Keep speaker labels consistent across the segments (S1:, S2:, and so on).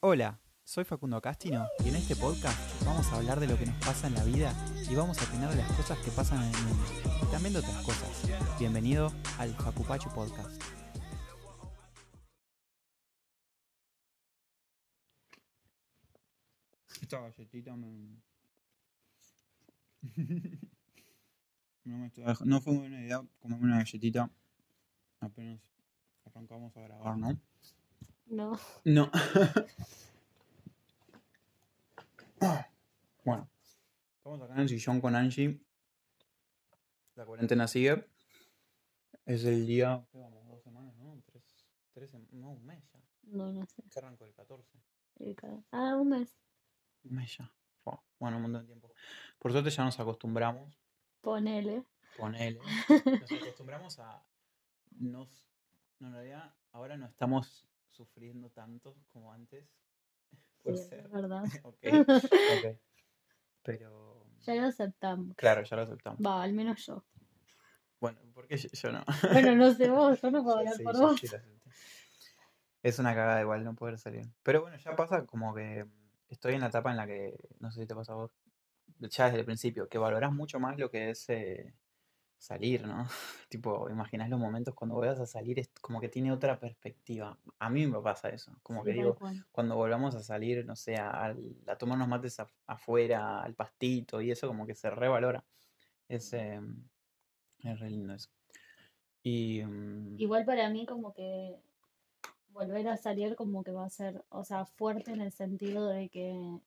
S1: Hola, soy Facundo Castino y en este podcast vamos a hablar de lo que nos pasa en la vida y vamos a opinar de las cosas que pasan en el mundo y también de otras cosas. Bienvenido al Facupachu Podcast.
S2: Esta galletita me... no, me estoy dej- no fue buena idea comerme una galletita apenas arrancamos a grabar, ¿no?
S3: No.
S2: No. bueno, estamos acá en el sillón con Angie. La cuarentena sigue. Es el día... ¿Qué vamos? ¿Dos semanas, no? ¿Tres? tres sem- no, un mes ya.
S3: No, no sé.
S2: Que arrancó el 14.
S3: el cada- Ah, un mes.
S2: Un mes ya. Fua, Bueno, un montón de tiempo. Por suerte ya nos acostumbramos.
S3: Ponele.
S2: Ponele. Nos acostumbramos a. Nos, no, en realidad, ahora no estamos sufriendo tanto como antes. Puede
S3: Sí, es
S2: ser.
S3: verdad.
S2: Ok, ok. Pero.
S3: Ya lo aceptamos.
S2: Claro, ya lo aceptamos.
S3: Va, al menos yo.
S2: Bueno, porque yo, yo no.
S3: Bueno, no sé vos, yo no puedo
S2: Ya
S3: hablar
S2: sé,
S3: por
S2: ya
S3: vos.
S2: sí lo acepté. Es una cagada igual no poder salir. Pero bueno, ya pasa como que estoy en la etapa en la que, no sé si te pasa a vos, ya desde el principio, que valorás mucho más lo que es eh, salir, ¿no? tipo, imaginás los momentos cuando vuelvas a salir, es como que tiene otra perspectiva. A mí me pasa eso, como
S3: Sí,
S2: que
S3: tal
S2: digo, mm.
S3: cual.
S2: cuando volvamos a salir, no sé, a, al- a tomar unos mates af- afuera, al pastito y eso, como que se revalora. Es, eh, es re lindo eso. Y, mm,
S3: Igual para mí como que volver a salir como que va a ser, o sea, fuerte en el sentido de que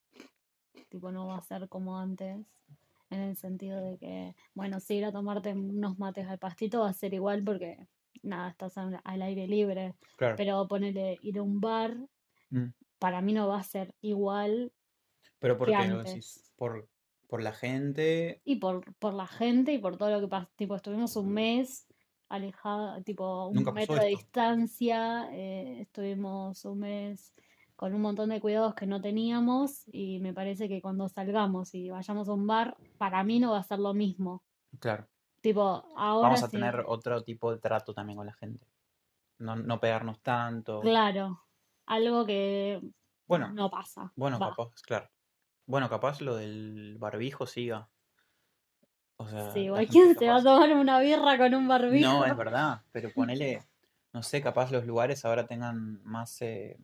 S3: tipo no va a ser como antes. En el sentido de que, bueno, si ir a tomarte unos mates al pastito va a ser igual porque nada, estás al al aire libre.
S2: claro.
S3: Pero ponerle ir a un bar,
S2: Mm.
S3: para mí no va a ser igual.
S2: Pero ¿por
S3: que
S2: qué lo
S3: antes.
S2: decís? ¿Por, por la gente?
S3: Y por, por la gente y por todo lo que pasó. Tipo, estuvimos un mes alejada, tipo, un
S2: Nunca pasó
S3: metro de
S2: esto.
S3: distancia. eh, estuvimos un mes con un montón de cuidados que no teníamos. Y me parece que cuando salgamos y vayamos a un bar, para mí no va a ser lo mismo.
S2: Claro.
S3: Tipo, ahora
S2: Vamos a
S3: sí.
S2: tener otro tipo de trato también con la gente. No, no pegarnos tanto.
S3: Claro. Algo que
S2: Bueno,
S3: no pasa.
S2: bueno,
S3: va.
S2: capaz, claro. Bueno, capaz lo del barbijo siga. O sea,
S3: Sí,
S2: Ah, la
S3: igual,
S2: gente
S3: ¿quién se va a
S2: capaz-
S3: tomar una birra con un barbijo?
S2: No, es verdad, pero ponele, no sé, capaz los lugares ahora tengan más eh,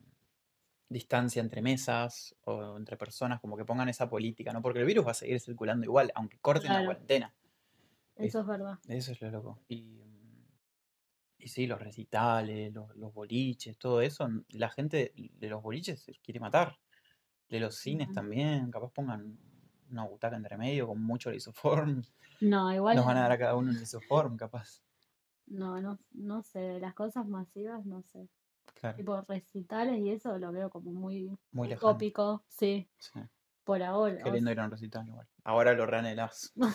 S2: distancia entre mesas o entre personas, como que pongan esa política, ¿no? Porque el virus va a seguir circulando igual, aunque corten la
S3: Claro.
S2: cuarentena.
S3: Eso es verdad.
S2: Eso es lo loco. Y, mm, y sí, los recitales, los, los boliches, todo eso, n- la gente de los boliches se quiere matar. De los cines
S3: Ujú.
S2: también, capaz pongan una butaca entre medio con mucho lisoform.
S3: No, igual.
S2: Nos van a dar a cada uno un lisoform, capaz.
S3: No, no, no sé, las cosas masivas, no sé.
S2: Claro,
S3: Tipo recitales y eso lo veo como muy
S2: muy lejano.
S3: utópico, sí,
S2: sí.
S3: por ahora.
S2: Qué lindo ir a un recital igual. Ahora lo reanhelás. Ahora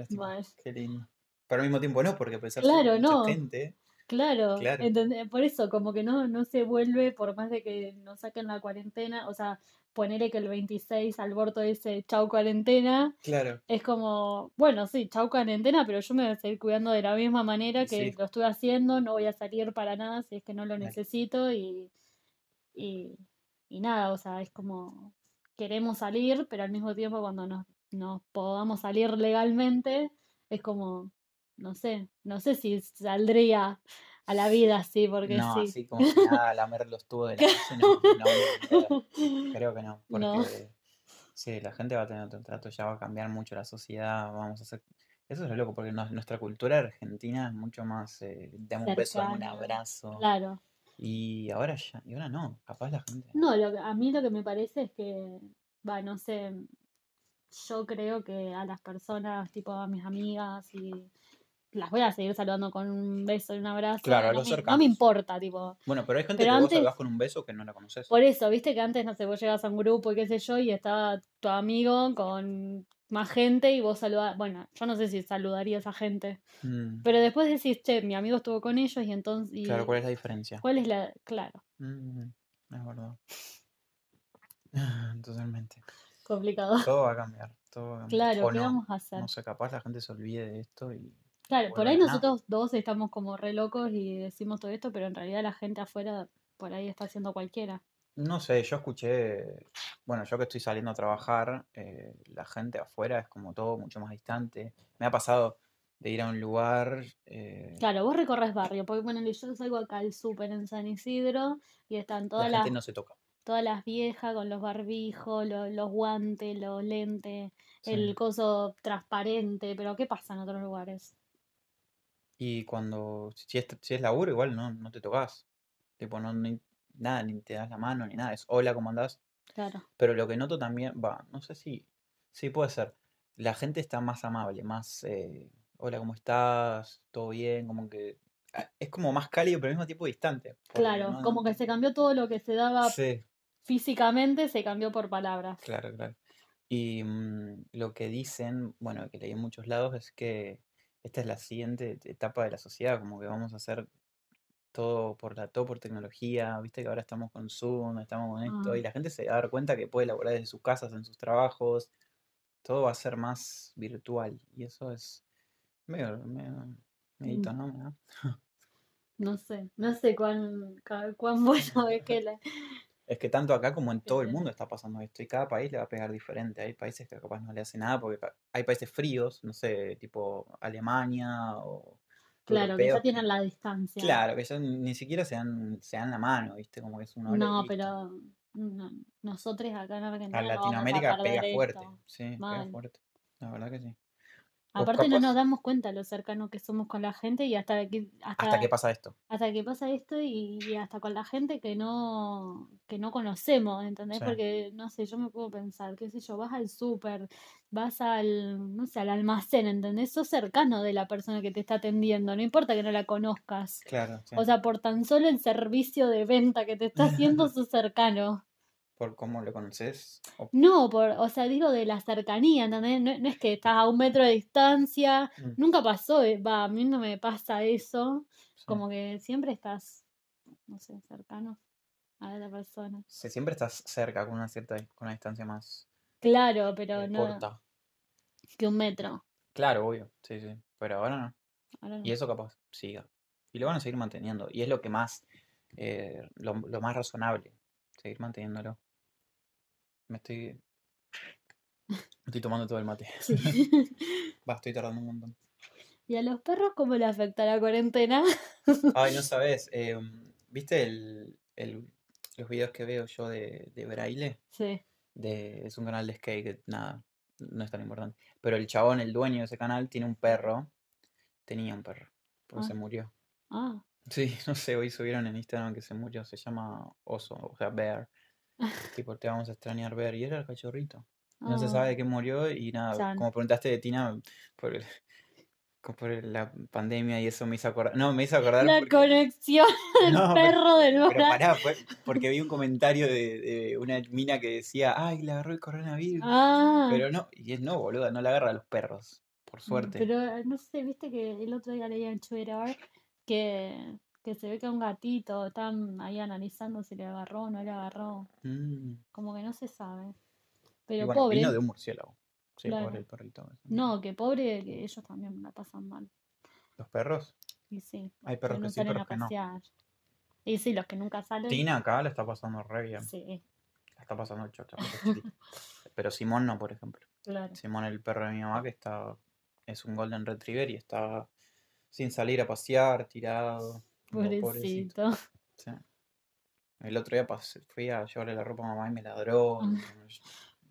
S2: es tipo,
S3: Mal.
S2: Qué lindo. Pero al mismo tiempo no, porque a pesar de
S3: Claro, no.
S2: gente,
S3: Claro,
S2: Claro.
S3: ¿entendés? Por eso, como que no, no se vuelve, por más de que nos saquen la cuarentena, o sea, ponerle que el 26 Alberto dice chau cuarentena,
S2: claro,
S3: es como, bueno, sí, chau cuarentena, pero yo me voy a seguir cuidando de la misma manera que
S2: Sí.
S3: lo estuve haciendo, no voy a salir para nada si es que no lo
S2: Claro.
S3: necesito y, y, y nada, o sea, es como queremos salir, pero al mismo tiempo cuando nos, nos podamos salir legalmente, es como, no sé, no sé si saldría a la vida así, porque
S2: no,
S3: sí.
S2: así como si nada, lamer los tubos de la calle, no, no, no, no, Creo que no, porque
S3: No.
S2: sí, la gente va a tener otro trato, ya va a cambiar mucho la sociedad, vamos a hacer... Eso es lo loco, porque nos- nuestra cultura argentina es mucho más, eh, dame un beso, dame un
S3: Cercana,
S2: abrazo,
S3: Claro.
S2: y ahora ya, y ahora no, capaz la gente...
S3: No, lo que- a mí lo que me parece es que, va, no sé, yo creo que a las personas, tipo a mis amigas, y las voy a seguir saludando con un beso y un abrazo.
S2: Claro, a
S3: no
S2: los
S3: me, no me
S2: cercanos.
S3: importa, tipo.
S2: Bueno, pero hay gente
S3: Pero
S2: que vos
S3: antes-
S2: saludás con un beso que no la conoces.
S3: Por eso, viste que antes, no sé, vos llegabas a un grupo y qué sé yo, y estaba tu amigo con más gente y vos saludás. Bueno, yo no sé si saludaría a esa gente.
S2: Mm,
S3: Pero después decís, che, mi amigo estuvo con ellos y entonces. y-
S2: Claro, ¿cuál es la diferencia?
S3: ¿Cuál es la.? Claro,
S2: Mm, es verdad. Totalmente.
S3: complicado.
S2: Todo va a cambiar, todo va a cambiar.
S3: Claro,
S2: O
S3: ¿qué
S2: no,
S3: vamos a hacer?
S2: no sé, capaz la gente se olvide de esto y...
S3: Claro, por
S2: vuelvan
S3: ahí
S2: a nada.
S3: nosotros dos estamos como re locos y decimos todo esto, pero en realidad la gente afuera por ahí está haciendo cualquiera.
S2: No sé, yo escuché, bueno, yo que estoy saliendo a trabajar, eh, la gente afuera es como todo mucho más distante. Me ha pasado de ir a un lugar, eh,
S3: Claro, vos recorres barrio, porque bueno, yo salgo acá al súper en San Isidro y están
S2: la
S3: todas las,
S2: gente no se toca.
S3: todas las viejas con los barbijos, lo- los guantes, los lentes,
S2: Sí.
S3: el coso transparente, pero ¿qué pasa en otros lugares?
S2: Y cuando, si es, si es laburo, igual no, no te tocas. Tipo, no, ni- nada, ni te das la mano, ni nada. Es hola, ¿cómo andás?
S3: Claro,
S2: Pero lo que noto también, va, no sé si, sí puede ser. La gente está más amable, más, eh, hola, ¿cómo estás? ¿Todo bien? Como que ah, es como más cálido, pero al mismo tiempo distante. porque
S3: claro,
S2: no-
S3: como que se cambió todo lo que se daba
S2: Sí,
S3: físicamente, se cambió por palabras.
S2: claro, claro. Y mm, lo que dicen, bueno, que leí en muchos lados, es que esta es la siguiente e-, etapa de la sociedad, como que vamos a hacer todo por la, todo por tecnología, viste que ahora estamos con Zoom, estamos con esto,
S3: Ah.
S2: y la gente se va a dar cuenta que puede laburar desde sus casas, en sus trabajos, todo va a ser más virtual, y eso es medio, medio, medito, ¿no? Me da-
S3: No sé, no sé cuán, ca- cuán bueno es que la-
S2: Es que tanto acá como en todo el
S3: Entiendo.
S2: mundo está pasando esto y cada país le va a pegar diferente. Hay países que capaz no le hace nada porque ca- hay países fríos, no sé, tipo Alemania o
S3: Claro, que
S2: europeos
S3: ya
S2: que-
S3: tienen la distancia.
S2: claro, que ya ni siquiera se dan, se dan la mano, ¿viste? Como que es una hora y
S3: No,
S2: listo.
S3: pero no, nosotros acá en
S2: A
S3: Argentina no vamos a
S2: Latinoamérica
S3: perder
S2: pega fuerte,
S3: esto.
S2: sí, pega
S3: Mal.
S2: fuerte. La verdad que sí. O
S3: Aparte no
S2: capaz-
S3: nos damos cuenta lo cercano que somos con la gente y hasta que hasta,
S2: Hasta que pasa esto.
S3: hasta que pasa esto y, y hasta con la gente que no que no conocemos, ¿entendés?
S2: Sí.
S3: Porque no sé, yo me puedo pensar, qué sé yo, vas al súper, vas al no sé, al almacén, ¿entendés? Sos cercano de la persona que te está atendiendo, no importa que no la conozcas.
S2: Claro, sí.
S3: O sea, por tan solo el servicio de venta que te está haciendo sos cercano.
S2: Por cómo lo conoces. o-
S3: No, por, o sea, digo de la cercanía, ¿entendés? No, no es que estás a un metro de distancia,
S2: Mm,
S3: nunca pasó, eh, va, a mí no me pasa eso,
S2: sí.
S3: como que siempre estás, no sé, cercano a la persona.
S2: Sí, siempre estás cerca con una cierta, con una distancia más
S3: Claro, pero
S2: eh,
S3: no
S2: corta.
S3: que un metro.
S2: Claro, obvio. Sí, sí. Pero ahora no.
S3: Ahora no.
S2: Y eso capaz siga. Y lo van a seguir manteniendo. Y es lo que más, eh, lo, lo más razonable, seguir manteniéndolo. Me estoy, estoy tomando todo el mate.
S3: Sí.
S2: Va, estoy tardando un montón.
S3: ¿Y a los perros cómo le afecta la cuarentena?
S2: Ay, no sabes, eh, ¿viste el, el- los videos que veo yo de, de Braille?
S3: Sí,
S2: De, es un canal de skate que nada, no es tan importante. Pero el chabón, el dueño de ese canal, tiene un perro. Tenía un perro, porque
S3: Ah.
S2: se murió.
S3: ah,
S2: Sí, no sé, hoy subieron en Instagram que se murió, se llama Oso, o sea, Bear. Tipo, te vamos a extrañar, Bear. Y era el cachorrito. No se sabe
S3: ah,
S2: de qué murió y nada,
S3: Chan.
S2: como preguntaste de Tina por, el- co- por el- la pandemia y eso me hizo acordar. No, me hizo acordar
S3: La
S2: porque...
S3: conexión del
S2: No, pero,
S3: perro del
S2: pero
S3: Bora.
S2: pará, fue porque vi un comentario de, de una mina que decía, ay, le agarró el coronavirus.
S3: Ah.
S2: Pero no, y es no, boluda, no le agarra a los perros, por
S3: Mm,
S2: suerte.
S3: Pero eh, no sé, viste que el otro día leía en Twitter que, que se ve que a un gatito están ahí analizando si le agarró o no le agarró.
S2: Mm.
S3: Como que no se sabe.
S2: Y
S3: Pero
S2: bueno,
S3: pobre,
S2: vino de un murciélago. Sí,
S3: Claro.
S2: pobre el perrito.
S3: no, que pobre que ellos también la pasan mal.
S2: Los perros.
S3: Y sí,
S2: Hay
S3: que
S2: perros
S3: no
S2: que sí,
S3: salen a
S2: perros que no.
S3: pasear. Y sí, los que nunca salen.
S2: Tina acá la está pasando re bien.
S3: Sí,
S2: La está pasando chocha, porque es chiquita. Pero Simón no, por ejemplo.
S3: claro.
S2: Simón, el perro de mi mamá, que está. Es un Golden Retriever y está sin salir a pasear, tirado. como pobrecito.
S3: Pobrecito.
S2: Sí. El otro día pasé- fui a llevarle la ropa a mamá y me ladró.
S3: Ah.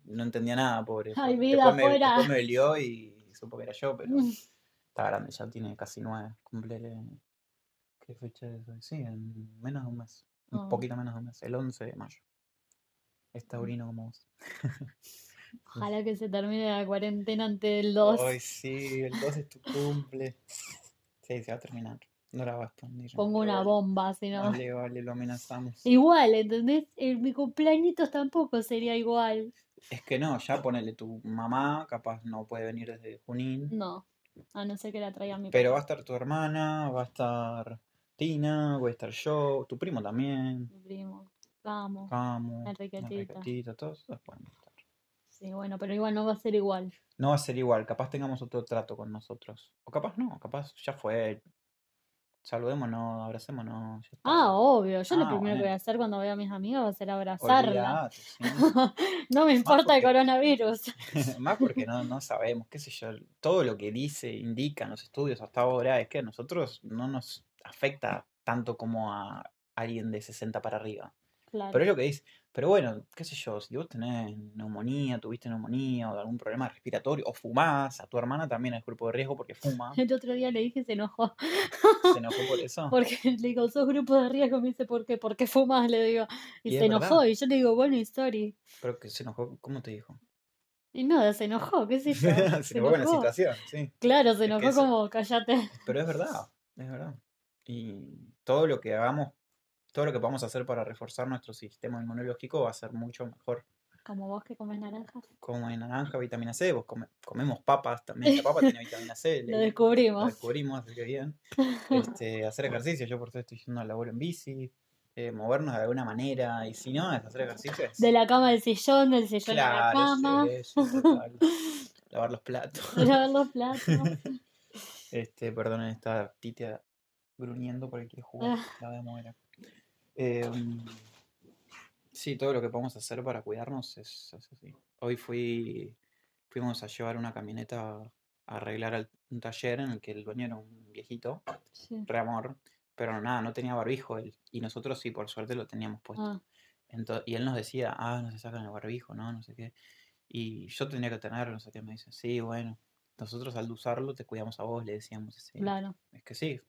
S2: No entendía nada, pobre.
S3: Ay,
S2: Fue-
S3: vida
S2: después, me,
S3: afuera. Mm.
S2: después me olió y supo que era yo, pero está grande, ya tiene casi nueve. Cumple. ¿Qué fecha es hoy? Sí, en menos de un mes. Un
S3: Ah. Mm.
S2: poquito menos de un mes, el 11 de mayo. Es taurino como vos.
S3: Ojalá que se termine la cuarentena antes del 2.
S2: Ay, sí, el 2 es tu cumple. Sí, se va a terminar. No la va a expandir.
S3: Pongo una bomba, si no.
S2: Vale, vale, lo amenazamos.
S3: Igual, ¿entendés? Eh, mi cumpleañitos tampoco sería igual.
S2: Es que no,
S3: Ah.
S2: ya ponele tu mamá, capaz no puede venir desde Junín.
S3: No, a no ser que la traiga mi
S2: Pero va a
S3: papá.
S2: estar tu hermana, va a estar Tina, voy a estar yo, tu primo también,
S3: Mi primo. Vamos.
S2: Camo,
S3: Enriquetita.
S2: Ah, Enriquetita, todos esos pueden estar.
S3: Sí, bueno, pero igual no va a ser igual.
S2: No va a ser igual, capaz tengamos otro trato con nosotros. O capaz no, capaz ya fue. saludémonos, abracémonos. ya está.
S3: Ah, obvio. Yo
S2: Ah,
S3: lo primero que voy
S2: bueno.
S3: a hacer cuando veo a mis amigas va a ser abrazarla.
S2: Olvidate, sí.
S3: no me importa
S2: Ah,
S3: el
S2: porque-
S3: coronavirus.
S2: Más porque no, no sabemos, qué sé yo, todo lo que dice, indican los estudios hasta ahora es que a nosotros no nos afecta tanto como a alguien de 60 para arriba. Pero
S3: Claro.
S2: es lo que dice. Pero bueno, qué sé yo, si vos tenés neumonía, tuviste neumonía o algún problema respiratorio, o fumás, a tu hermana también es grupo de riesgo porque fuma,
S3: El otro día le dije y se enojó
S2: Ah. se enojó por eso.
S3: porque le digo, sos grupo de riesgo. Me dice, ¿por qué? ¿Por qué fumas? Le digo. Y,
S2: Y es
S3: se enojó.
S2: verdad.
S3: Y yo le digo, bueno, y sorry.
S2: Pero que se enojó, ¿cómo te dijo?
S3: Y nada, se enojó, qué sé yo.
S2: se enojó con la situación, sí.
S3: Claro, se
S2: Es que
S3: enojó
S2: eso-
S3: como, cállate.
S2: Pero es verdad, es verdad. Y todo lo que hagamos, todo lo que podamos hacer para reforzar nuestro sistema inmunológico va a ser mucho mejor.
S3: Como vos que comes naranjas.
S2: Como en naranja, vitamina C, vos come- comemos papas también. La papa tiene vitamina C,
S3: Lo
S2: leí, lo
S3: descubrimos.
S2: descubrimos, así que bien. Este, hacer ejercicio, yo por eso estoy yendo al laburo en bici, eh, movernos de alguna manera, y si no, es hacer ejercicio. es-
S3: De la cama al sillón, del sillón a la
S2: claro,
S3: cama.
S2: sí, sí, total. lavar los platos.
S3: Lavar los platos.
S2: Este, perdón, esta titia gruñendo porque quiere jugar. La voy a mover acá. Em, sí, todo lo que podemos hacer para cuidarnos es, es así. Hoy fui, fuimos a llevar una camioneta a arreglar al- un taller en el que el dueño era un viejito,
S3: Sí.
S2: re amor, pero nada, no tenía barbijo él. Y nosotros sí, por suerte, lo teníamos puesto.
S3: Ah,
S2: Ento- y él nos decía, ah, no se sacan el barbijo, no, no sé qué. Y yo tenía que tenerlo, no sé qué. Me dice, sí, bueno, nosotros al usarlo te cuidamos a vos, le decíamos. y sí,
S3: claro,
S2: Es que sí,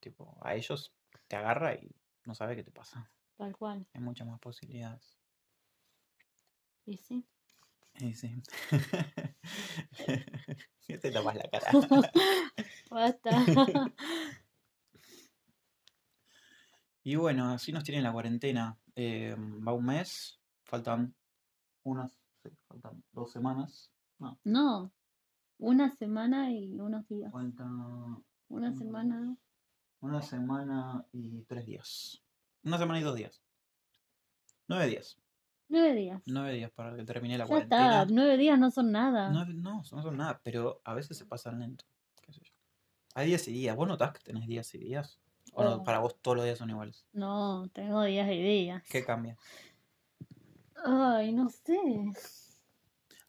S2: tipo, a ellos te agarra y no sabe qué te pasa.
S3: tal cual.
S2: Hay muchas más posibilidades.
S3: Y sí.
S2: Y sí. Y te tapas la cara.
S3: Basta.
S2: Y bueno, así nos tienen la cuarentena. Eh, va un mes, faltan unas, sí, faltan dos semanas.
S3: no. Una semana y unos días.
S2: Faltan
S3: Una
S2: Mm.
S3: semana.
S2: Una semana y tres días. Una semana y dos días. Nueve días.
S3: Nueve días.
S2: Nueve días para que termine la
S3: Ya está.
S2: cuarentena.
S3: Nueve días no son nada.
S2: Nueve- No, no son nada, pero a veces se pasan lento. qué sé yo. Hay días y días. ¿Vos notás que tenés días y días? ¿O no,
S3: Oh.
S2: para vos todos los días son iguales?
S3: No, tengo días y días.
S2: ¿Qué cambia?
S3: Ay, no sé.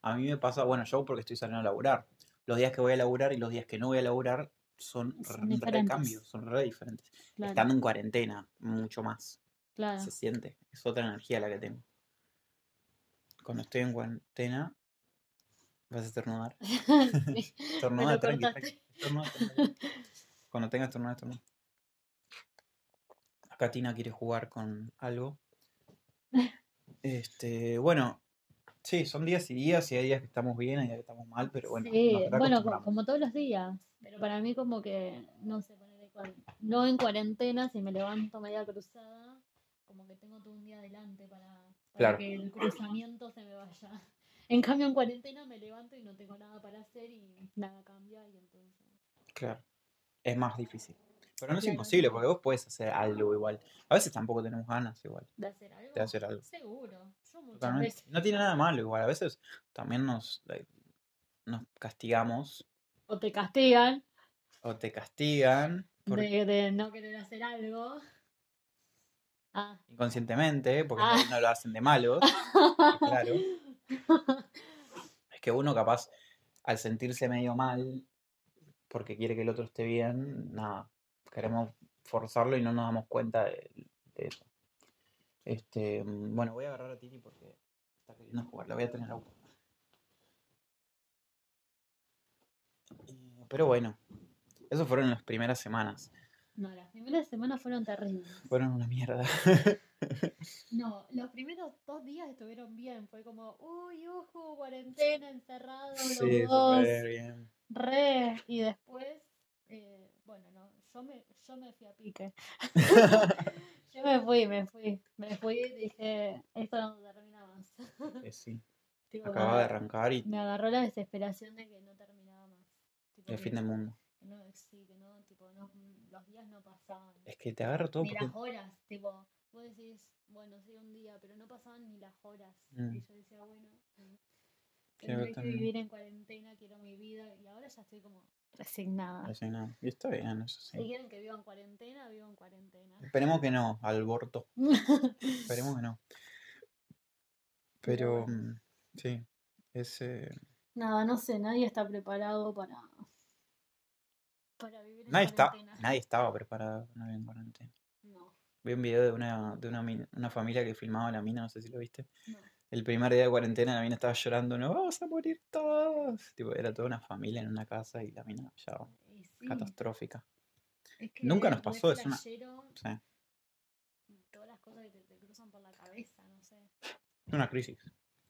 S2: A mí me pasa, bueno, yo porque estoy saliendo a laburar. Los días que voy a laburar y los días que no voy a laburar son
S3: Son
S2: re- re
S3: diferentes.
S2: cambios, son re diferentes.
S3: Claro, Ah.
S2: Estando en cuarentena, mucho más.
S3: claro.
S2: se siente. Es otra energía la que tengo. Cuando estoy en cuarentena, vas a estornudar.
S3: Sí,
S2: Estornuda,
S3: lo
S2: tranqui,
S3: cortaste.
S2: tranqui. Estornuda, tranqui. Cuando tengas estornuda, estornuda. Acá Tina quiere jugar con algo. Este, bueno, sí, son días y días, y hay días que estamos bien, hay días que estamos mal, pero bueno,
S3: Sí,
S2: nos
S3: bueno, co-
S2: reacostumbramos.
S3: como todos los días. Pero para mí como que, no sé, ponele cuan- no en cuarentena, si me levanto media cruzada, como que tengo todo un día adelante para, para
S2: Claro.
S3: que el cruzamiento se me vaya. En cambio, en cuarentena me levanto y no tengo nada para hacer y nada cambia y entonces...
S2: Claro. Es más difícil. Pero no es
S3: Claro.
S2: imposible, porque vos puedes hacer algo igual. A veces tampoco tenemos ganas igual
S3: ¿De hacer algo?
S2: de hacer algo.
S3: Seguro. Yo muchas
S2: Totalmente.
S3: veces...
S2: No tiene nada de malo, igual. A veces también nos, eh, nos castigamos
S3: O te castigan
S2: o te castigan por-
S3: de, de no querer hacer algo. Ah.
S2: inconscientemente porque no-
S3: Ah.
S2: no, lo hacen de malos. claro. Es que uno capaz, al sentirse medio mal porque quiere que el otro esté bien, nada, queremos forzarlo y no nos damos cuenta de, de eso. Este, mm, bueno, voy a agarrar a Tini porque está queriendo jugar, la voy a tener a Eh, Pero bueno, eso fueron las primeras semanas.
S3: No, las primeras semanas fueron terribles.
S2: Fueron una mierda.
S3: No, los primeros dos días estuvieron bien. Fue como, uy, ujú, cuarentena, encerrado, los
S2: Sí,
S3: dos,
S2: súper bien.
S3: re. Y después, eh, bueno, no, yo me, yo me fui a pique. yo me fui, me fui. Me fui y dije, esto no termina más.
S2: Eh, sí,
S3: Tipo, me,
S2: acababa de
S3: agar-
S2: arrancar y
S3: me agarró la desesperación de que no terminaba más. Tipo,
S2: el
S3: que-
S2: fin del mundo.
S3: que no, sí, que no, tipo, no, los días no pasaban.
S2: Es que te agarra todo
S3: ni
S2: porque
S3: las horas, tipo, vos decís, bueno, sí, un día, pero no pasaban ni las horas.
S2: Mm.
S3: Y yo decía, bueno, tendré que
S2: también.
S3: vivir en cuarentena, quiero mi vida. Y ahora ya estoy como resignada.
S2: Resignado. Y está bien, eso
S3: Si
S2: sí.
S3: quieren que viva en cuarentena, vivo en cuarentena.
S2: Esperemos que no, Alborto. Esperemos que no. Pero, mm, sí. Es, eh,
S3: Nada, no sé, nadie está preparado para, para vivir en
S2: Nadie, está,
S3: cuarentena.
S2: nadie estaba preparado para una vida en cuarentena.
S3: No,
S2: Vi un video de una, de una, mina- una familia que filmaba a la mina, no sé si lo viste.
S3: No.
S2: El primer día de cuarentena la mina estaba llorando, no vamos a morir todos. Tipo, era toda una familia en una casa y la mina ya
S3: y sí,
S2: catastrófica.
S3: es que
S2: Nunca nos
S3: re
S2: pasó, es una-
S3: flashero
S2: Sí.
S3: todas las cosas que te, te cruzan por la cabeza, no sé.
S2: Es una crisis.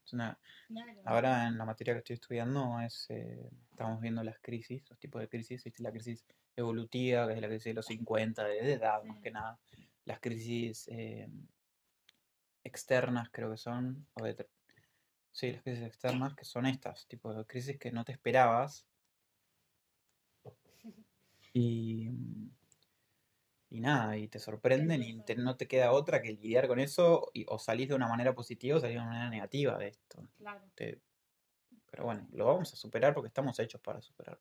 S2: Es una-
S3: Claro.
S2: Ahora en la materia que estoy estudiando es, eh, estamos viendo las crisis, los tipos de crisis. Existe la crisis evolutiva, que es la crisis de los 50, de de edad más
S3: Sí.
S2: que nada. Las crisis eh, externas creo que son. O de, tra- sí, las crisis externas que son estas, tipo de crisis que no te esperabas. Y, mm, y nada, y te sorprenden y te- no te queda otra que lidiar con eso y- o salís de una manera positiva o salís de una manera negativa de esto
S3: Claro,
S2: te- Este, Pero bueno, lo vamos a superar porque estamos hechos para superarlo.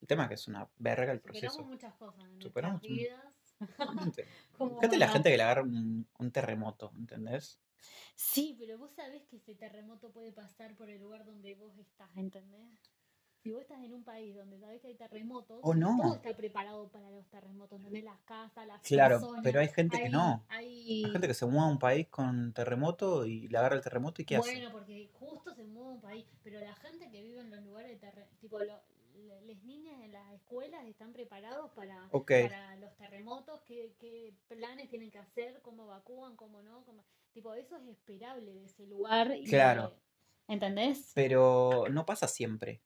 S2: El tema es que es una verga el
S3: superamos
S2: proceso.
S3: muchas cosas en
S2: Superamos
S3: nuestras vidas.
S2: Totalmente.
S3: como
S2: Fíjate la
S3: para-
S2: gente que le agarra un, un terremoto, ¿entendés?
S3: Sí, pero vos sabés que ese terremoto puede pasar por el lugar donde vos estás, ¿entendés? Si vos estás en un país donde sabés que hay terremotos,
S2: O no.
S3: todo está preparado para los terremotos, ¿entendés? Las casas, las
S2: Claro,
S3: personas.
S2: pero hay gente que
S3: hay-
S2: no.
S3: hay-
S2: Hay gente que se mueve a un país con terremoto y le agarra el terremoto y ¿qué hace?
S3: bueno, porque justo se mueve un país, pero la gente que vive en los lugares de terremotos, tipo, las niñas en las escuelas están preparados para,
S2: Ok,
S3: para los terremotos, qué, qué planes tienen que hacer, cómo evacúan, cómo no, cómo- tipo, eso es esperable de ese lugar. y-
S2: Claro.
S3: ¿Entendés?
S2: pero no pasa siempre.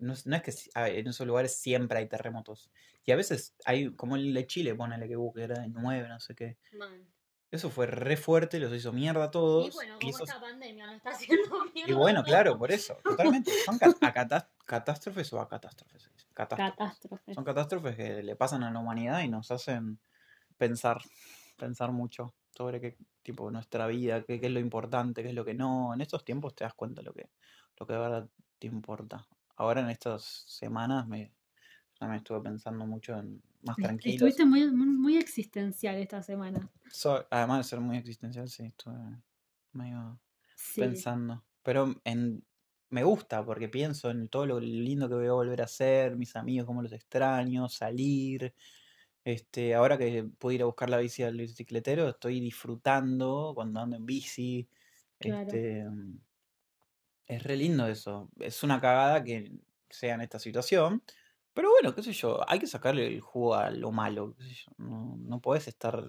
S2: No, es- no es que si- ah, en esos lugares siempre hay terremotos. Y a veces hay, como el de Chile, ponele que hubo que era de 9, no sé qué.
S3: Man.
S2: Eso fue re fuerte, los hizo mierda a todos.
S3: Y bueno, como
S2: quiso
S3: esta pandemia no está haciendo mierda.
S2: Y bueno,
S3: todo.
S2: claro, por eso, totalmente. Son ca- a cata- catástrofes o a catástrofes. Catástrofes.
S3: Catástrofe.
S2: Son catástrofes que le pasan a la humanidad y nos hacen pensar, pensar mucho sobre qué tipo nuestra vida, qué, qué es lo importante, qué es lo que no. En estos tiempos te das cuenta lo que, lo que de verdad te importa. Ahora en estas semanas me, ya me estuve pensando mucho en más tranquilo.
S3: Estuviste muy, muy, muy existencial esta semana.
S2: So- además de ser muy existencial, sí, estuve medio
S3: Sí.
S2: pensando. Pero en, me gusta porque pienso en todo lo lindo que voy a volver a hacer, mis amigos, cómo los extraño, salir. Este, ahora que pude ir a buscar la bici al bicicletero, estoy disfrutando cuando ando en bici.
S3: Claro.
S2: Este, mm, es re lindo eso. Es una cagada que sea en esta situación. Pero bueno, qué sé yo, hay que sacarle el jugo a lo malo. qué sé yo, No, no podés estar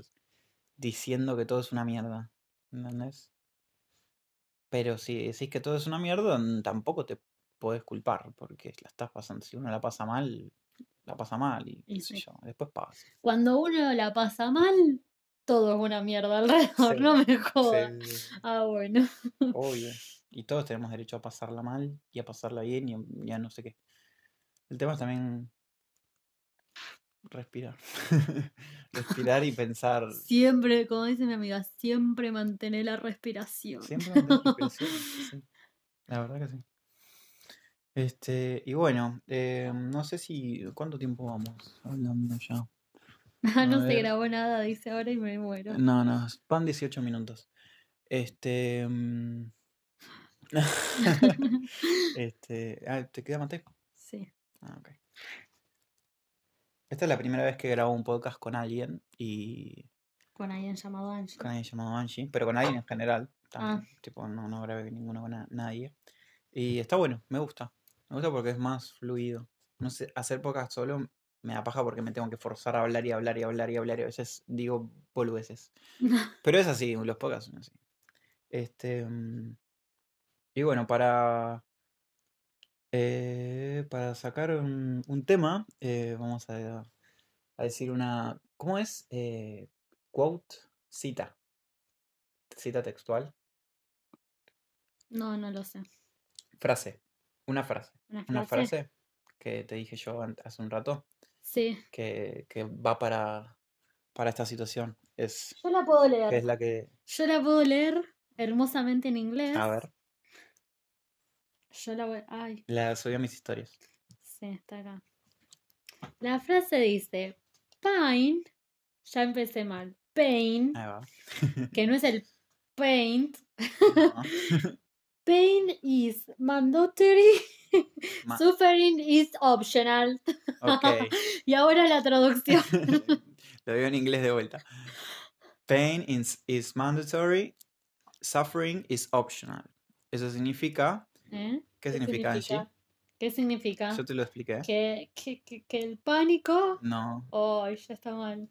S2: diciendo que todo es una mierda. ¿Entendés? Pero si decís que todo es una mierda, n- tampoco te podés culpar, porque la estás pasando. Si uno la pasa mal, la pasa mal, y
S3: Y
S2: qué sé
S3: sí.
S2: yo, después pasa.
S3: Cuando uno la pasa mal, todo es una mierda alrededor,
S2: Sí.
S3: no me jodas. Ah, bueno.
S2: Obvio. Y todos tenemos derecho a pasarla mal y a pasarla bien y a, y a no sé qué. El tema es también respirar. respirar y pensar.
S3: Siempre, como dice mi amiga, siempre mantener la respiración.
S2: Siempre mantener la respiración, sí. La verdad que sí. Este, y bueno, eh, no sé si. ¿Cuánto tiempo vamos hablando ya?
S3: Ah,
S2: A
S3: no se
S2: ver.
S3: grabó nada, dice ahora y me muero.
S2: No, no, van 18 minutos. Este. mm, este. ah, ¿te queda Mateo?
S3: Sí.
S2: Ah, ok. Esta es la primera vez que grabo un podcast con alguien y
S3: Con alguien llamado Angie.
S2: con alguien llamado Angie, pero con alguien en general.
S3: Ah.
S2: También. Tipo, no, no grabé ninguno con na- nadie. Y está bueno, me gusta. Me gusta porque es más fluido. No sé, hacer podcast solo me da paja porque me tengo que forzar a hablar y hablar y hablar y hablar. Y a veces digo boludeces. Pero es así, los podcasts son así. Este. mm, Y bueno, para. eh, para sacar un, un tema, eh, vamos a, a decir una. ¿Cómo es? Eh, quote, cita. Cita textual.
S3: No, no lo sé.
S2: Frase. Una frase.
S3: ¿Una frase?
S2: Una frase que te dije yo an- hace un rato
S3: Sí.
S2: que, que va para, para esta situación. Es,
S3: Yo la puedo
S2: que
S3: leer.
S2: es la que. Ah.
S3: Yo la puedo leer hermosamente en inglés.
S2: A ver.
S3: Yo la voy. Ay,
S2: La subí a mis historias.
S3: sí, está acá. La frase dice: Pain. Ya empecé mal. Pain,
S2: Ahí va.
S3: que no es el paint.
S2: No.
S3: Pain is mandatory.
S2: Ma-
S3: Suffering is optional.
S2: Ok.
S3: Y ahora la traducción.
S2: Lo veo en inglés de vuelta. Pain is, is mandatory, suffering is optional. Eso significa.
S3: ¿Eh?
S2: ¿Qué, significa, Angie?
S3: ¿Qué significa?
S2: Yo te lo expliqué.
S3: Que, que, que, que el pánico.
S2: No.
S3: Ay, ya está mal.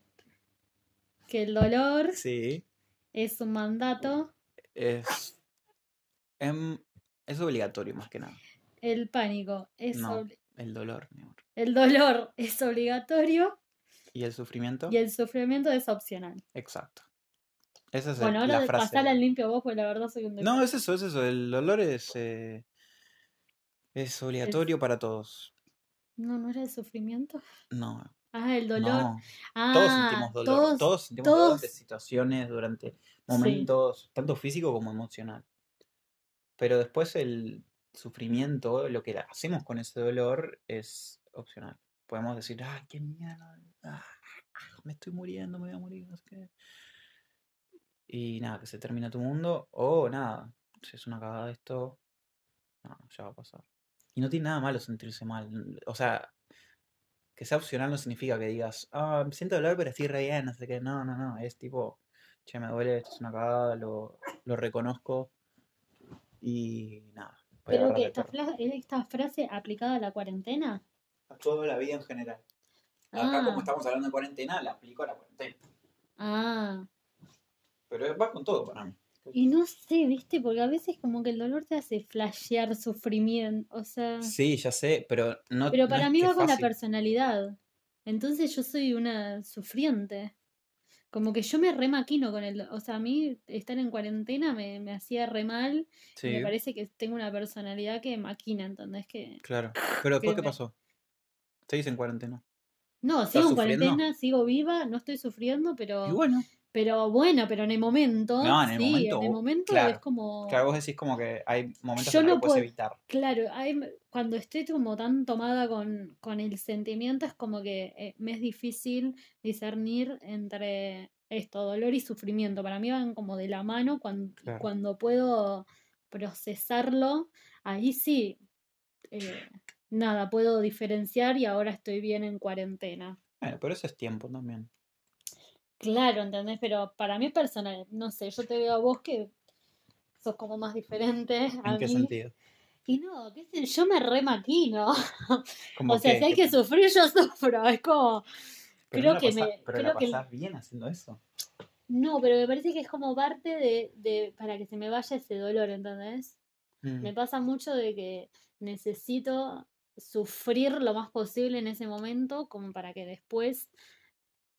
S3: Que el dolor
S2: Sí.
S3: es un mandato.
S2: Es, em, es obligatorio más que nada.
S3: El pánico es
S2: No.
S3: obli-
S2: El dolor, mi amor.
S3: el dolor es obligatorio
S2: ¿Y el sufrimiento?
S3: y el sufrimiento es opcional.
S2: Exacto. Esa es el-
S3: Bueno, ahora
S2: la
S3: de-
S2: frase.
S3: pasala al limpio vos, porque la verdad soy un
S2: No,
S3: desastre.
S2: es eso, es eso. El dolor es, eh, es obligatorio para todos.
S3: no, no era el sufrimiento.
S2: No,
S3: Ah, el dolor.
S2: no.
S3: Ah,
S2: Todos sentimos dolor. Todos,
S3: todos-
S2: sentimos dolor durante
S3: todos.
S2: situaciones, durante momentos, tanto físico como emocional. Pero después el sufrimiento, lo que hacemos con ese dolor es opcional. Podemos decir, ah, qué mierda, ah, me estoy muriendo, me voy a morir, no sé qué. Y nada, que se termina tu mundo, o nada, si es una cagada esto, no, ya va a pasar. Y no tiene nada malo sentirse mal. n- O sea, que sea opcional no significa que digas, ah, me siento dolor, pero estoy re bien, no sé qué. No, no, no. Es tipo, che, me duele, esto es una cagada, lo, lo reconozco. Y nada. voy a
S3: Pero
S2: agarrar
S3: que
S2: el
S3: esta,
S2: perro.
S3: fla- esta frase aplicada a la cuarentena.
S2: A toda la vida en general. Acá, como
S3: Ah.
S2: estamos hablando de cuarentena, la aplico a la cuarentena.
S3: Ah,
S2: Pero va con todo para mí.
S3: y no sé, viste, porque a veces como que el dolor te hace flashear sufrimiento. O sea,
S2: Sí, ya sé, pero no.
S3: Mm. pero
S2: no
S3: para
S2: es
S3: mí
S2: que
S3: va con la
S2: fácil.
S3: personalidad. Entonces yo soy una sufriente. Como que yo me remaquino con el. O sea, a mí estar en cuarentena me, me hacía re mal. y Me
S2: Sí,
S3: parece que tengo una personalidad que maquina, ¿entendés? Que.
S2: claro. Pero después, ¿qué
S3: que me-
S2: pasó? Seguís en cuarentena.
S3: No, sigo en
S2: sufriendo?
S3: cuarentena, sigo viva, no estoy sufriendo, pero.
S2: Y bueno,
S3: Pero bueno, pero en el momento.
S2: No, en el
S3: sí,
S2: momento,
S3: en el
S2: uh,
S3: momento
S2: claro,
S3: es como.
S2: claro, vos decís como que hay momentos
S3: Yo
S2: que no
S3: no
S2: lo puedes
S3: puedo-
S2: evitar.
S3: Claro, hay m- cuando estoy como tan tomada con, con el sentimiento es como que eh, me es difícil discernir entre esto, dolor y sufrimiento. Para mí van como de la mano cuando,
S2: Claro.
S3: cuando puedo procesarlo, ahí sí, eh, nada, puedo diferenciar y ahora estoy bien en cuarentena.
S2: Bueno, pero eso es tiempo también.
S3: Claro, ¿entendés? Pero para mí es personal, no sé, yo te veo a vos que sos como más diferente a
S2: ¿En qué
S3: mí.
S2: sentido?
S3: Y no, qué sé, yo me remaquino.
S2: Como
S3: O sea, si hay que sufrir, yo sufro. Es como.
S2: pero no
S3: creo
S2: la
S3: que
S2: pasa-
S3: me-
S2: Pero la
S3: creo que-
S2: pasás bien haciendo eso.
S3: No, pero me parece que es como parte de, de. para que se me vaya ese dolor, ¿entendés?
S2: Mm,
S3: Me pasa mucho de que necesito sufrir lo más posible en ese momento, como para que después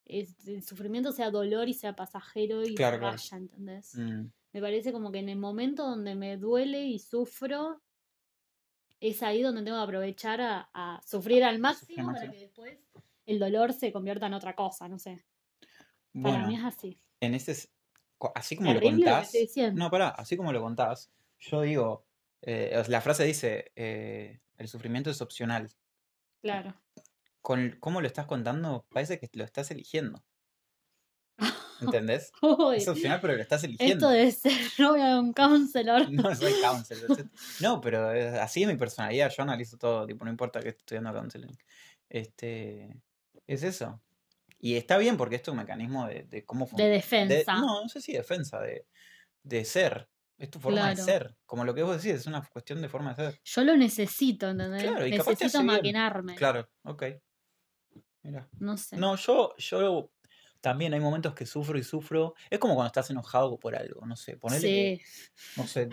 S3: es- el sufrimiento sea dolor y sea pasajero y se
S2: Claro, claro.
S3: vaya, ¿entendés?
S2: mm,
S3: Me parece como que en el momento donde me duele y sufro, es ahí donde tengo que aprovechar a, a
S2: Sufrir
S3: sufrir al
S2: ¿eh? al
S3: máximo para
S2: máximo.
S3: que después el dolor se convierta en otra cosa, no sé. Para
S2: Bueno,
S3: mí es así.
S2: en ese. s- co- Así como lo
S3: Terrible lo que
S2: contás.
S3: estoy diciendo.
S2: No, pará, así como lo contás, yo digo. eh, o sea, la frase dice: eh, el sufrimiento es opcional.
S3: Claro.
S2: Con cómo lo estás contando, parece que lo estás eligiendo. ¿Entendés?
S3: Uy,
S2: Es opcional, pero lo estás
S3: esto
S2: eligiendo.
S3: debe ser novia de un counselor.
S2: No soy counselor. yo- No, pero es- así es mi personalidad. Yo analizo todo, tipo, no importa que esté estudiando counseling. Este, es eso. Y está bien porque esto es un mecanismo de, de cómo
S3: De
S2: funciona.
S3: defensa.
S2: no, no sé si defensa, de, de ser. Es tu forma de
S3: Claro.
S2: ser. Como lo que vos decís, es una cuestión de forma de ser.
S3: Yo lo necesito, ¿entendés?
S2: Claro, y capaz te hace
S3: necesito
S2: bien.
S3: maquinarme.
S2: Claro, ok. Mira.
S3: No sé.
S2: No, yo, yo también hay momentos que sufro y sufro. Es como cuando estás enojado por algo, no sé, ponele que-
S3: sí.
S2: no sé.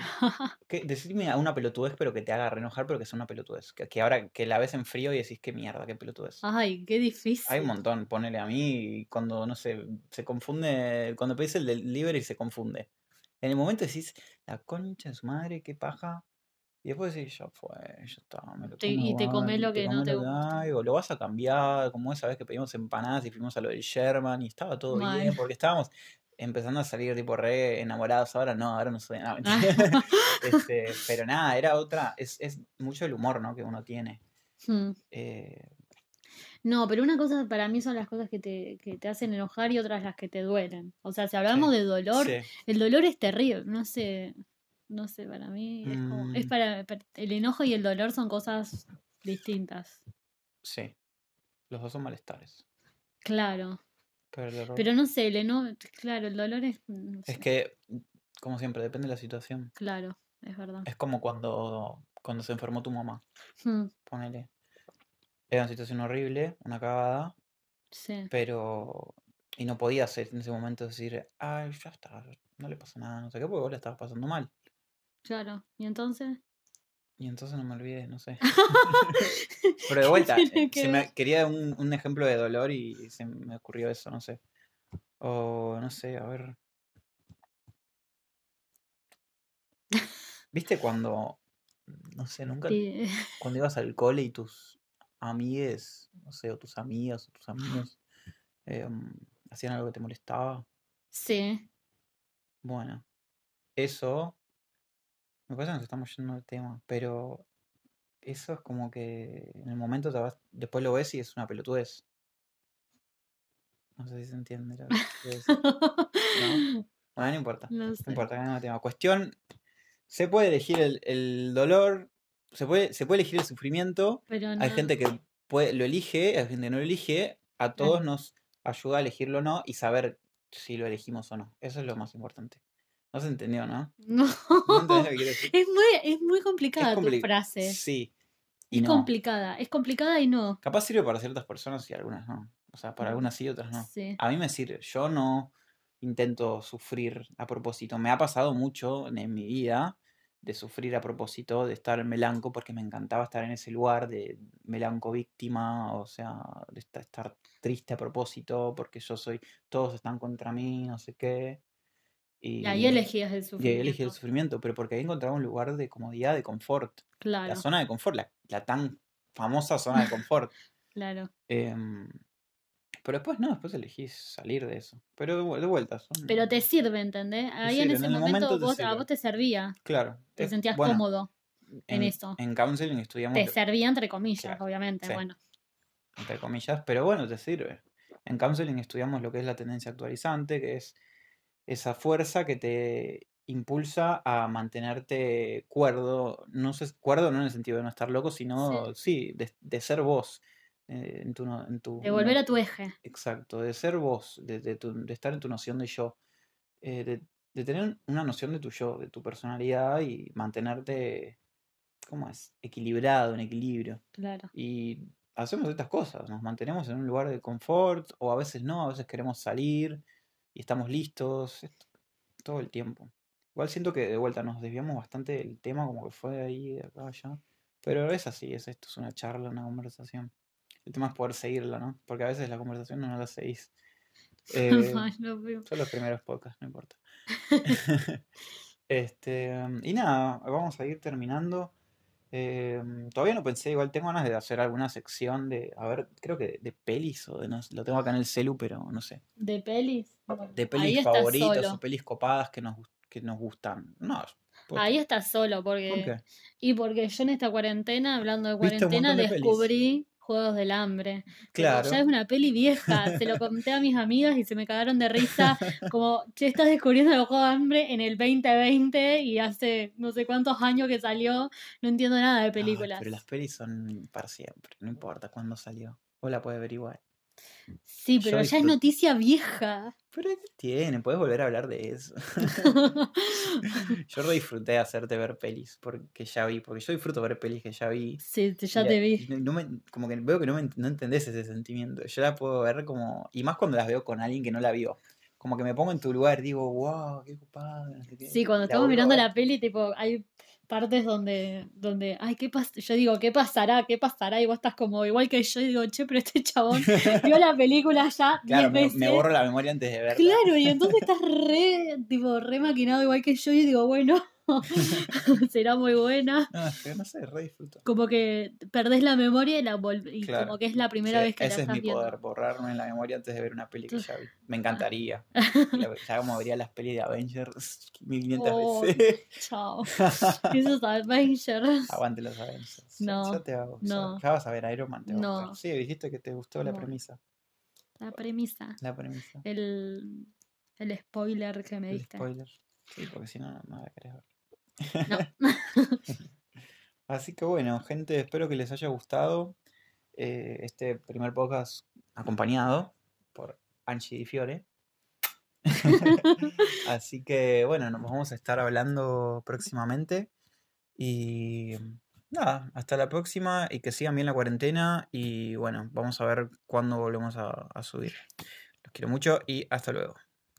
S2: que- decirme a una pelotudez, pero que te haga renojar, pero que sea una pelotudez. Que, que ahora que la ves en frío y decís, qué mierda, qué pelotudez.
S3: Ay, qué difícil.
S2: Hay un montón, ponele a mí, cuando, no sé, se confunde, cuando pedís el delivery se confunde. En el momento decís, la concha de su madre, qué paja. Y después decís, ya fue, ya está, me lo
S3: Te-
S2: como
S3: y te comés
S2: igual,
S3: lo que no
S2: comés
S3: te
S2: lo que
S3: gusta.
S2: hay, o lo vas a cambiar, como esa vez que pedimos empanadas y fuimos a lo del Sherman y estaba todo
S3: Mal.
S2: bien, porque estábamos, empezando a salir tipo re enamorados ahora, no, ahora no soy nada.
S3: Ah,
S2: mentira. Este, pero nada, era otra, es, es mucho el humor, ¿no? Que uno tiene.
S3: Hmm.
S2: Eh,
S3: No, pero una cosa para mí son las cosas que te, que te hacen enojar y otras las que te duelen. O sea, si hablamos de dolor,
S2: sí.
S3: el dolor es terrible. No sé, no sé, para mí es como- es
S2: Mm.
S3: para, para- el enojo y el dolor son cosas distintas.
S2: Sí. Los dos son malestares.
S3: Claro.
S2: Pero el error-
S3: Pero no sé, el eno- claro, el dolor es, mm, no
S2: es
S3: sé,
S2: que, como siempre, depende de la situación.
S3: claro, es verdad.
S2: Es como cuando, cuando se enfermó tu mamá,
S3: Hmm,
S2: ponele. Era una situación horrible, una cagada,
S3: sí.
S2: pero... Y no podías hacer en ese momento decir, ay, ya está, no le pasa nada, no sé qué, porque vos la estabas pasando mal.
S3: Claro, y entonces,
S2: Y entonces no me olvides, no sé. Pero de vuelta,
S3: ¿Qué tiene
S2: eh,
S3: que
S2: se me,
S3: ver?
S2: quería un, un ejemplo de dolor y se me ocurrió eso, no sé. O no sé, a ver. ¿Viste cuando, no sé, nunca,
S3: te-
S2: cuando ibas al cole y tus amigues, no sé, o tus amigas, o tus amigos, eh, hacían algo que te molestaba?
S3: sí,
S2: Bueno, eso. Me parece que nos estamos yendo del tema, pero eso es como que en el momento te vas- después lo ves y es una pelotudez. No sé si se entiende la pelotudez. No. Bueno, no importa. No
S3: no sé.
S2: importa, cambiamos de tema. Cuestión: se puede elegir el, el dolor, se puede, se puede elegir el sufrimiento.
S3: Pero no,
S2: Hay gente que puede, lo elige, hay gente que no lo elige. A todos nos ayuda a elegirlo o no y saber si lo elegimos o no. Eso es lo más importante. No se entendió, ¿no?
S3: no.
S2: ¿No entendés lo que quiero decir?
S3: Es muy, es muy complicada
S2: compli-
S3: tu frase.
S2: Sí. Y
S3: Es
S2: no.
S3: complicada, es complicada y no.
S2: Capaz sirve para ciertas personas y algunas no. O sea, para
S3: Mm.
S2: algunas sí y otras no.
S3: Sí.
S2: A mí me sirve. Yo no intento sufrir a propósito. Me ha pasado mucho en, en mi vida de sufrir a propósito, de estar melanco, porque me encantaba estar en ese lugar de melanco víctima, o sea, de esta- estar triste a propósito, porque yo soy, todos están contra mí, no sé qué. Y,
S3: Y ahí elegías
S2: y
S3: el
S2: ahí
S3: sufrimiento.
S2: elegí el sufrimiento, pero porque ahí encontraba un lugar de comodidad, de confort.
S3: Claro,
S2: La zona de confort, la- la tan famosa zona de confort.
S3: claro.
S2: Em, pero después no, después elegís salir de eso. Pero de, vu- de vuelta. son-
S3: Pero te sirve, ¿entendés? Ahí en
S2: sirve,
S3: ese
S2: en el
S3: momento,
S2: momento te
S3: vos, a
S2: sirve.
S3: vos te servía,
S2: Claro.
S3: te
S2: es-
S3: sentías
S2: bueno,
S3: cómodo. en eso.
S2: En counseling estudiamos,
S3: Te
S2: lo-
S3: servía entre comillas,
S2: Claro,
S3: obviamente.
S2: sí.
S3: Bueno,
S2: entre comillas, pero bueno, te sirve. En counseling estudiamos lo que es la tendencia actualizante, que es esa fuerza que te impulsa a mantenerte cuerdo, no sé, cuerdo no en el sentido de no estar loco, sino sí, de, de ser vos eh, en tu, no- en tu
S3: de volver
S2: no-
S3: a tu eje.
S2: Exacto, de ser vos, de, de tu- de estar en tu noción de yo, eh, de, de tener una noción de tu yo, de tu personalidad y mantenerte, ¿cómo es? Equilibrado, en equilibrio.
S3: Claro.
S2: Y hacemos estas cosas, nos mantenemos en un lugar de confort o a veces no, a veces queremos salir y estamos listos, es todo el tiempo. Igual siento que de vuelta nos desviamos bastante del tema, como que fue de ahí, de acá, allá. Pero es así, es esto, es una charla, una conversación. El tema es poder seguirla, ¿no? Porque a veces la conversación no la seguís. Eh,
S3: Ay, no, pero-
S2: son los primeros podcasts, no importa. este, y nada, vamos a ir terminando. Eh, todavía no pensé, igual tengo ganas de hacer alguna sección de, a ver, creo que de, de pelis o de no sé, lo tengo acá en el celu, pero no sé.
S3: De pelis. bueno,
S2: De
S3: ahí
S2: pelis
S3: estás
S2: favoritas o
S3: solo.
S2: pelis copadas que nos, gust- que nos gustan. No, ¿por
S3: Ahí estás solo, porque.
S2: ¿Por qué?
S3: Y porque yo en esta cuarentena, hablando de
S2: Viste un
S3: cuarentena,
S2: montón de pelis.
S3: descubrí Juegos del Hambre. Pero
S2: Claro. Ah,
S3: Ya es una peli vieja. Se lo conté a mis amigas y se me cagaron de risa. Como, che, estás descubriendo los Juegos del Hambre en el 2020 y hace no sé cuántos años que salió. No entiendo nada de
S2: Ay,
S3: películas.
S2: pero las pelis son para siempre, no importa cuándo salió. Vos la puedes ver igual.
S3: Sí,
S2: yo
S3: pero ya es
S2: disfruto-
S3: noticia vieja.
S2: Pero ¿qué tiene? Puedes volver a hablar de eso. Yo re disfruté hacerte ver pelis porque ya vi, porque yo disfruto ver pelis que ya vi.
S3: sí, te- ya
S2: y la-
S3: te vi.
S2: y no- no me- como que veo que no, me, ent- no entendés ese sentimiento. Yo la puedo ver como. Y más cuando las veo con alguien que no la vio. Como que me pongo en tu lugar, digo, wow, qué ocupada. no sé qué",
S3: Sí, cuando
S2: la
S3: estamos
S2: vuelvo a
S3: mirando
S2: ver.
S3: la peli, tipo, hay partes donde, donde, ay, ¿qué pasa? Yo digo, ¿qué pasará? ¿Qué pasará? Y vos estás como igual que yo, y digo, che, pero este chabón vio la película ya
S2: Claro,
S3: 10
S2: me,
S3: veces.
S2: me borro la memoria antes de verla.
S3: Claro, y entonces estás re, tipo, re maquinado igual que yo, y digo, bueno, será muy buena.
S2: No, es que no sé, re disfruto.
S3: Como que perdés la memoria y, la vol- y
S2: Claro.
S3: como que es la primera
S2: Sí,
S3: vez que la
S2: ese es
S3: estás
S2: mi
S3: viendo. Ah.
S2: poder, borrarme en la memoria antes de ver una peli que ya vi. Me encantaría. La- Ya como vería las pelis de Avengers 1500
S3: Oh.
S2: veces.
S3: Chao. Eso es Avengers.
S2: Aguante los Avengers. Ya-
S3: No,
S2: Ya te va a gustar.
S3: no.
S2: Ya vas a ver Iron Man. Te va a gustar.
S3: No.
S2: Sí, dijiste que te gustó la
S3: No.
S2: premisa.
S3: La premisa.
S2: La premisa.
S3: El, el spoiler que me
S2: El
S3: diste.
S2: spoiler. Sí, porque si no, no, no la querés ver.
S3: No.
S2: Así que bueno, gente, espero que les haya gustado eh, este primer podcast acompañado por Angie Di Fiore. Así que bueno, nos vamos a estar hablando próximamente. Y nada, hasta la próxima y que sigan bien la cuarentena. Y bueno, vamos a ver cuándo volvemos a- a subir. Los quiero mucho y hasta luego.